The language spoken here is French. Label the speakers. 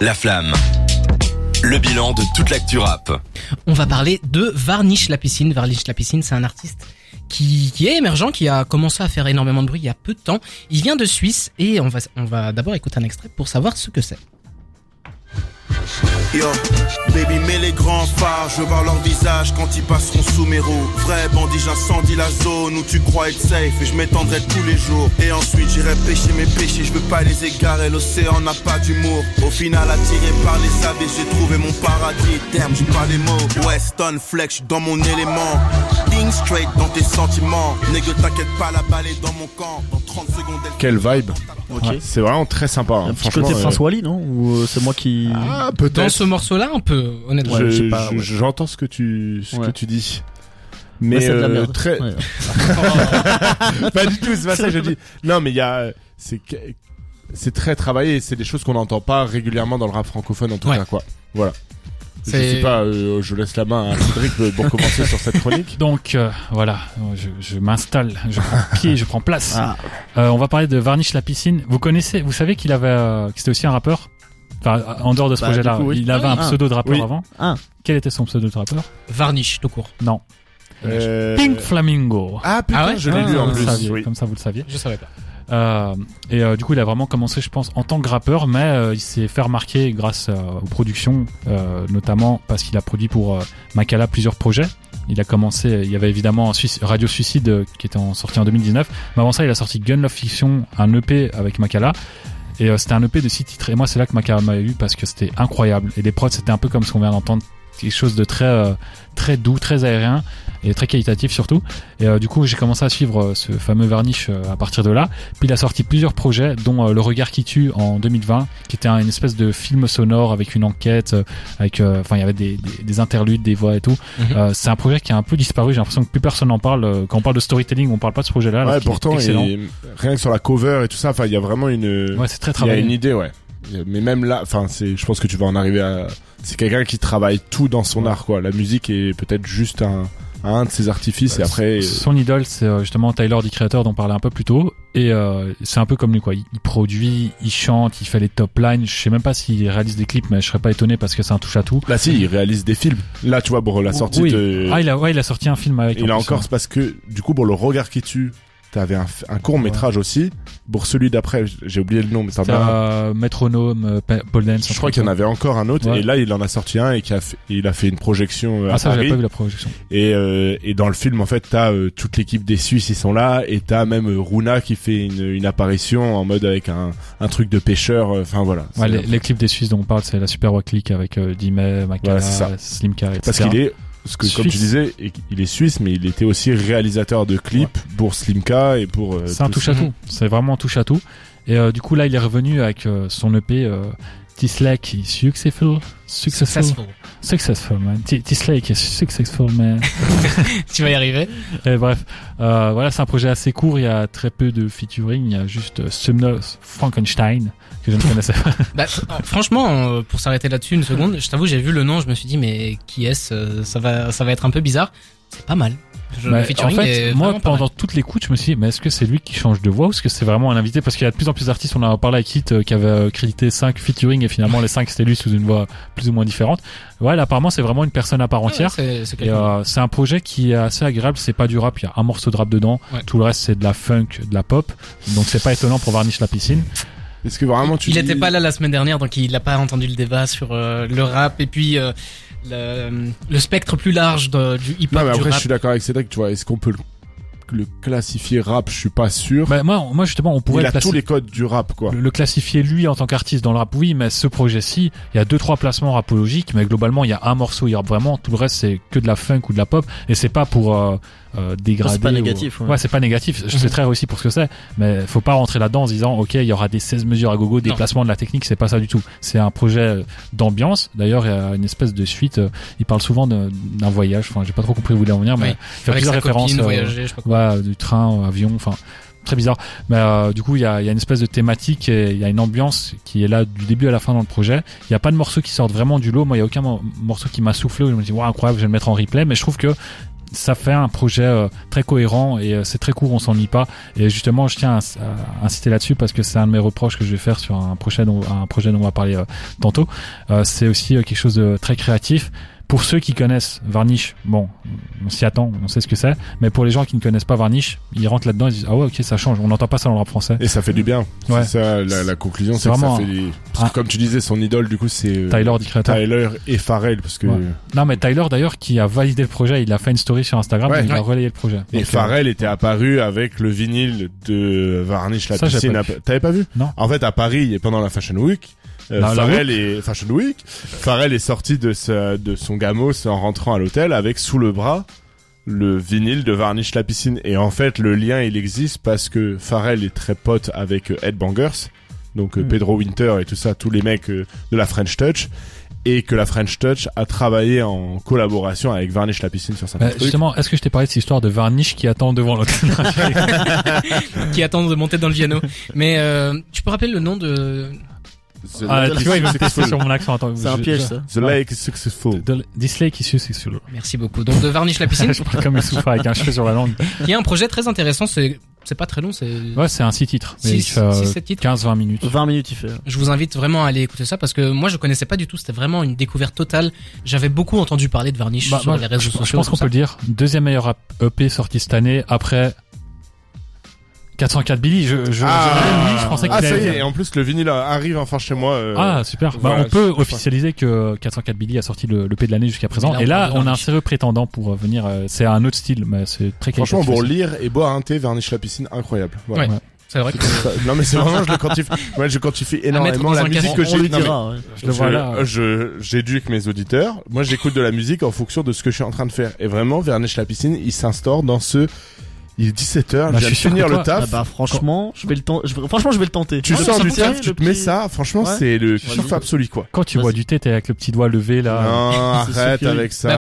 Speaker 1: La flamme. Le bilan de toute l'actu rap.
Speaker 2: On va parler de Varnish la piscine. Varnish la piscine, c'est un artiste qui, qui est émergent, qui a commencé à faire énormément de bruit il y a peu de temps. Il vient de Suisse et on va, on va d'abord écouter un extrait pour savoir ce que c'est.
Speaker 3: Yo, baby, mets les grands phares, je vois leur visage quand ils passeront sous mes roues. Vrai bandit, j'incendie la zone où tu crois être safe et je m'étendrai tous les jours. Et ensuite, j'irai pêcher mes péchés, je veux pas les égarer, l'océan n'a pas d'humour. Au final, attiré par les sables, j'ai trouvé mon paradis. Terme, j'ai pas les mots. Weston Flex, j'suis dans mon élément. Being straight dans tes sentiments. Nègre, t'inquiète pas, la balle est dans mon camp. Dans 30 secondes, elle
Speaker 4: Quelle vibe
Speaker 5: Ok.
Speaker 4: C'est vraiment très sympa. hein.
Speaker 5: Un petit
Speaker 4: Franchement,
Speaker 5: côté
Speaker 4: euh,
Speaker 5: Prince Wally, non Ou euh, c'est moi qui.
Speaker 4: Ah,
Speaker 2: Dans
Speaker 4: peut-être.
Speaker 2: ce morceau-là, on peut, honnêtement.
Speaker 5: Ouais,
Speaker 4: Je-
Speaker 5: je sais pas,
Speaker 4: je-
Speaker 5: ouais.
Speaker 4: J'entends ce que tu ce que
Speaker 5: Ouais.
Speaker 4: tu dis.
Speaker 5: Bah,
Speaker 4: Mais
Speaker 5: c'est de la
Speaker 4: euh,
Speaker 5: merde.
Speaker 4: très
Speaker 5: Ouais.
Speaker 4: pas du tout, c'est pas ça que je dis. Non, mais il y a euh, c'est que- c'est très travaillé, c'est des choses qu'on n'entend pas régulièrement dans le rap francophone en tout
Speaker 2: Ouais.
Speaker 4: cas quoi. Voilà. Je
Speaker 2: C'est-
Speaker 4: sais pas, euh, je laisse la main à Cédric euh, pour commencer sur cette chronique.
Speaker 6: Donc euh, voilà, je, je m'installe, je prends pied, je prends place.
Speaker 5: Ah.
Speaker 6: Euh, on va parler de Varnish la piscine. Vous connaissez, vous savez qu'il avait, euh, que c'était aussi un rappeur. Enfin, en dehors de ce
Speaker 5: Bah,
Speaker 6: projet-là,
Speaker 5: du coup, oui.
Speaker 6: il avait
Speaker 5: Ah
Speaker 6: un
Speaker 5: oui.
Speaker 6: pseudo de rappeur
Speaker 4: Oui.
Speaker 6: avant.
Speaker 5: Ah.
Speaker 6: Quel était son pseudo de rappeur
Speaker 2: Varnish, tout court.
Speaker 6: Non,
Speaker 4: Euh,
Speaker 6: Pink Flamingo.
Speaker 4: Ah putain,
Speaker 2: Ah ouais
Speaker 4: je l'ai lu
Speaker 6: Ah,
Speaker 4: en
Speaker 6: vous le
Speaker 4: plus.
Speaker 6: saviez,
Speaker 4: oui.
Speaker 6: Comme ça, vous le saviez.
Speaker 2: Je savais pas.
Speaker 6: Euh, et euh, du coup, il a vraiment commencé, je pense, en tant que rappeur, mais euh, il s'est fait remarquer grâce euh, aux productions, euh, notamment parce qu'il a produit pour euh, Makala plusieurs projets. Il a commencé, euh, il y avait évidemment Suic- Radio Suicide euh, qui était en, sorti en 2019, mais avant ça, il a sorti Gun Love Fiction, un EP avec Makala. Et euh, c'était un EP de 6 titres. Et moi, c'est là que Makala m'a eu parce que c'était incroyable. Et les prods, c'était un peu comme ce qu'on vient d'entendre, quelque chose de très, euh, très doux, très aérien et très qualitatif surtout. Et euh, du coup, j'ai commencé à suivre euh, ce fameux Varnish euh, à partir de là. Puis il a sorti plusieurs projets, dont euh, Le Regard qui tue en 2020, qui était un- une espèce de film sonore avec une enquête, euh, avec, euh, enfin, il y avait des, des- des interludes, des voix et tout.
Speaker 2: Mhm.
Speaker 6: Euh, c'est un projet qui a un peu disparu. J'ai l'impression que plus personne n'en parle. Euh, Quand on parle de storytelling, on parle pas de ce projet-là. alors
Speaker 4: Ouais,
Speaker 6: qu'il est
Speaker 4: pourtant
Speaker 6: excellent.
Speaker 4: il- rien que sur la cover et tout ça, enfin il y a vraiment une
Speaker 6: Ouais, c'est très
Speaker 4: Il y a
Speaker 6: travaillé.
Speaker 4: une idée, ouais. Mais même là, enfin, c'est, je pense que tu vas en arriver à. C'est quelqu'un qui travaille tout dans son art, quoi. La musique est peut-être juste un, un de ses artifices, et après.
Speaker 6: Son idole, Bah, c'est euh, justement Tyler, du créateur dont on parlait un peu plus tôt. Et euh, c'est un peu comme lui, quoi. Il, il produit, il chante, il fait les top lines. Je sais même pas s'il réalise des clips, mais je serais pas étonné parce que c'est un touche à tout.
Speaker 4: euh, Là, si, il réalise des films. Là, tu vois, pour la sortie
Speaker 6: Oui.
Speaker 4: de.
Speaker 6: Ah, il a, ouais, il a sorti un film avec.
Speaker 4: et là
Speaker 6: en plus, hein.
Speaker 4: encore, c'est parce que, du coup, pour le regard qui tue, t'avais un, f- un court métrage aussi. Pour celui d'après, j'ai oublié le nom, mais t'en as un.
Speaker 6: Euh, métronome, euh, pa- pole dance.
Speaker 4: Je crois qu'il y en avait encore un autre,
Speaker 6: Ouais.
Speaker 4: et là, il en a sorti un, et qui a fait, il a fait une projection euh, à
Speaker 6: Ah ça, j'avais
Speaker 4: Paris.
Speaker 6: pas vu la projection.
Speaker 4: Et, euh, et dans le film, en fait, t'as euh, toute l'équipe des Suisses, ils sont là, et t'as même euh, Runa qui fait une, une apparition en mode avec un, un truc de pêcheur. euh, Enfin voilà.
Speaker 6: Ouais,
Speaker 4: C'est-
Speaker 6: les, les clips des Suisses dont on parle, c'est la Super Rock League avec euh, Dimet, Makala,
Speaker 4: Voilà, c'est ça.
Speaker 6: Slimka, etc.
Speaker 4: Parce qu'il est, ce que, comme tu
Speaker 6: Suisse.
Speaker 4: disais, et- il est suisse, mais il était aussi réalisateur de clips pour Slimka et pour. euh,
Speaker 6: C'est un
Speaker 4: tout
Speaker 6: touche
Speaker 4: ça.
Speaker 6: à tout. C'est vraiment un touche à tout. Et euh, du coup là, il est revenu avec euh, son EP euh, Tislake is Successful, Successful,
Speaker 2: Successful.
Speaker 6: Successful man. Ti- Tislake is Successful man.
Speaker 2: tu vas y arriver.
Speaker 6: Et bref, euh, voilà, c'est un projet assez court. Il y a très peu de featuring. Il y a juste euh, Sumnos Frankenstein que je ne connaissais pas.
Speaker 2: Bah, euh, franchement, euh, pour s'arrêter là-dessus une seconde, je t'avoue, j'ai vu le nom, je me suis dit, mais qui est-ce Euh, Ça va, ça va être un peu bizarre. C'est pas mal. Je,
Speaker 6: Bah,
Speaker 2: le featuring
Speaker 6: en
Speaker 2: est
Speaker 6: fait, moi,
Speaker 2: vraiment pas mal.
Speaker 6: pendant toutes les l'écoute, je me suis dit, mais est-ce que c'est lui qui change de voix ou est-ce que c'est vraiment un invité Parce qu'il y a de plus en plus d'artistes, on a parlé avec Hit euh, qui avait euh, crédité 5 featuring et finalement les 5 c'était lui sous une voix plus ou moins différente. Ouais, là, apparemment, c'est vraiment une personne à part
Speaker 2: Ah Ouais,
Speaker 6: entière.
Speaker 2: c'est- c'est
Speaker 6: Et
Speaker 2: quelqu'un.
Speaker 6: euh, c'est un projet qui est assez agréable, c'est pas du rap, il y a un morceau de rap dedans,
Speaker 2: Ouais.
Speaker 6: tout le reste c'est de la funk, de la pop, donc c'est pas étonnant pour Varnish la piscine.
Speaker 4: Est-ce que vraiment tu.
Speaker 2: Il
Speaker 4: dis-
Speaker 2: n'était pas là la semaine dernière, donc il n'a pas entendu le débat sur euh, le rap et puis euh, le, le spectre plus large de- du
Speaker 4: Non, mais
Speaker 2: hip-hop, du
Speaker 4: après, je
Speaker 2: rap.
Speaker 4: suis d'accord avec Cédric. Tu vois, est-ce qu'on peut le, le classifier rap Je suis pas sûr.
Speaker 6: Bah, moi, moi justement, on
Speaker 4: il
Speaker 6: pourrait le
Speaker 4: a
Speaker 6: placer-
Speaker 4: tous les codes du rap, quoi.
Speaker 6: le, le classifier lui en tant qu'artiste dans le rap oui mais ce projet-ci il y a deux trois placements rapologiques mais globalement il y a un morceau il y a vraiment tout le reste c'est que de la funk ou de la pop et c'est pas pour euh, euh, dégrader
Speaker 5: C'est pas
Speaker 6: ou-
Speaker 5: négatif,
Speaker 6: ouais,
Speaker 5: ouais.
Speaker 6: c'est pas négatif je sais très réussi pour ce que c'est mais faut pas rentrer là-dedans en se disant ok il y aura des 16 mesures à gogo des
Speaker 2: Non.
Speaker 6: placements de la technique c'est pas ça du tout c'est un projet euh, d'ambiance d'ailleurs il y a une espèce de suite euh, il parle souvent de- d'un voyage enfin j'ai pas trop compris où vous voulez en venir mais
Speaker 2: Oui.
Speaker 6: il fait
Speaker 2: Avec
Speaker 6: plusieurs
Speaker 2: sa
Speaker 6: références
Speaker 2: copine,
Speaker 6: euh,
Speaker 2: voyager, je sais pas quoi.
Speaker 6: voilà, du train, euh, avion, enfin très bizarre. Mais euh, du coup, il y a, il y a une espèce de thématique, et il y a une ambiance qui est là du début à la fin dans le projet. Il n'y a pas de morceaux qui sortent vraiment du lot. Moi, il y a aucun mo- morceau qui m'a soufflé où je me dis, waouh, incroyable, je vais le mettre en replay. Mais je trouve que ça fait un projet euh, très cohérent et euh, c'est très court, on s'ennuie pas. Et justement, je tiens à, à insister là-dessus parce que c'est un de mes reproches que je vais faire sur un projet dont, un projet dont on va parler euh, tantôt. Euh, c'est aussi euh, quelque chose de très créatif. Pour ceux qui connaissent Varnish, bon, on s'y attend, on sait ce que c'est. Mais pour les gens qui ne connaissent pas Varnish, ils rentrent là-dedans, ils disent ah ouais, ok, ça change. On n'entend pas ça dans le rap français.
Speaker 4: Et ça fait du bien.
Speaker 6: Ouais.
Speaker 4: C'est ça, la, la conclusion,
Speaker 6: C'est
Speaker 4: c'est que ça
Speaker 6: vraiment
Speaker 4: fait du- parce que
Speaker 6: un-
Speaker 4: comme tu disais, son idole, du coup, c'est euh,
Speaker 6: Tyler, dit créateur.
Speaker 4: Tyler et Pharrell, parce que
Speaker 6: Ouais. Non, mais Tyler d'ailleurs qui a validé le projet, il a fait une story sur Instagram,
Speaker 4: Ouais.
Speaker 6: il a
Speaker 2: Ouais.
Speaker 6: relayé le projet.
Speaker 4: et
Speaker 6: Donc,
Speaker 4: Pharrell était apparu avec le vinyle de Varnish la
Speaker 6: Ça, j'ai
Speaker 4: piscine.
Speaker 6: pas
Speaker 4: à- T'avais pas vu
Speaker 6: Non.
Speaker 4: En fait, à Paris, et pendant la Fashion Week. euh,
Speaker 6: Non, la
Speaker 4: Pharrell est Fashion Week. Pharrell est sorti de sa- de son gamos en rentrant à l'hôtel avec sous le bras le vinyle de Varnish la piscine. Et en fait, le lien il existe parce que Pharrell est très pote avec euh, Headbangers, donc euh,
Speaker 6: Hmm.
Speaker 4: Pedro Winter et tout ça, tous les mecs euh, de la French Touch, et que la French Touch a travaillé en collaboration avec Varnish la piscine sur certains
Speaker 6: Bah,
Speaker 4: trucs.
Speaker 6: justement, est-ce que je t'ai parlé de cette histoire de Varnish qui attend devant Ah, l'hôtel
Speaker 2: qui attendent de monter dans le piano. Mais euh, tu peux rappeler le nom de
Speaker 4: The
Speaker 6: Ah, tu vois, il va me
Speaker 4: Successful.
Speaker 6: tester sur mon accent. Attends,
Speaker 5: C'est un
Speaker 6: je-
Speaker 5: piège
Speaker 6: je-
Speaker 5: ça.
Speaker 4: The Lake is Successful.
Speaker 6: De- de- Disley qui suce, c'est sur le.
Speaker 2: Merci beaucoup. Donc de Varnish la piscine,
Speaker 6: Je parle comme le souffle avec un cheveu sur la langue.
Speaker 2: qui est un projet très intéressant. C'est c'est pas très long. C'est
Speaker 6: Ouais, c'est un six titres. Mais
Speaker 2: Six-
Speaker 6: il fait, euh,
Speaker 2: six, sept titres.
Speaker 6: 15-20 minutes.
Speaker 5: 20 minutes il fait.
Speaker 2: Je vous invite vraiment à aller écouter ça parce que moi je connaissais pas du tout. C'était vraiment une découverte totale. J'avais beaucoup entendu parler de Varnish
Speaker 6: Bah,
Speaker 2: sur
Speaker 6: bah,
Speaker 2: les réseaux
Speaker 6: je, je
Speaker 2: sociaux.
Speaker 6: pense
Speaker 2: tout
Speaker 6: qu'on
Speaker 2: ça.
Speaker 6: peut le dire. Deuxième meilleur EP sorti cette année après 404 Billy. Je, je, je-
Speaker 4: Ah.
Speaker 6: oui, je pensais qu'il
Speaker 4: Ah, ça
Speaker 6: allait-
Speaker 4: y est, et en plus le vinyle arrive enfin chez moi. euh,
Speaker 6: Ah super. Bah,
Speaker 4: voilà,
Speaker 6: on peut
Speaker 4: c'est-
Speaker 6: officialiser que 404 Billy a sorti le, le P de l'année jusqu'à présent.
Speaker 2: Et là, on
Speaker 6: Et là,
Speaker 2: parle de
Speaker 6: on a un
Speaker 2: Varnish.
Speaker 6: sérieux prétendant pour euh, venir. euh, C'est un autre style, mais c'est très
Speaker 4: Franchement,
Speaker 6: qualitatif.
Speaker 4: pour lire et boire un thé, Varnish la piscine, incroyable. Voilà.
Speaker 2: Ouais. C'est vrai que
Speaker 4: Ça- non mais c'est vraiment je le quantifie moi je quantifie énormément
Speaker 2: dans
Speaker 4: la
Speaker 2: un
Speaker 4: musique
Speaker 2: café.
Speaker 4: que
Speaker 5: on
Speaker 4: j'ai
Speaker 5: lui
Speaker 4: non, mais
Speaker 5: dira. ouais.
Speaker 6: Je le vois là.
Speaker 4: euh, je j'éduque mes auditeurs moi j'écoute de la musique en fonction de ce que je suis en train de faire et vraiment Varnish la piscine il s'instaure dans ce il est 17h je
Speaker 6: Bah,
Speaker 4: viens
Speaker 6: je
Speaker 4: de
Speaker 6: suis sûr
Speaker 4: finir
Speaker 6: que
Speaker 4: le
Speaker 6: toi-
Speaker 5: Ah
Speaker 4: taf
Speaker 5: bah franchement, je vais le tenter. je- Franchement, je vais le tenter.
Speaker 4: tu
Speaker 5: Ah, Le
Speaker 4: sors
Speaker 5: petit
Speaker 4: du
Speaker 5: bouquet,
Speaker 4: taf tu
Speaker 5: le
Speaker 4: te mets
Speaker 5: petit-
Speaker 4: ça franchement
Speaker 5: Ouais.
Speaker 4: c'est le
Speaker 5: Vas-y.
Speaker 4: kiff absolu quoi
Speaker 6: Quand tu
Speaker 5: Vas-y.
Speaker 6: bois du thé, t'es avec le petit doigt levé là.
Speaker 4: non
Speaker 5: C'est sûr
Speaker 4: arrête
Speaker 5: qu'il-
Speaker 4: avec ça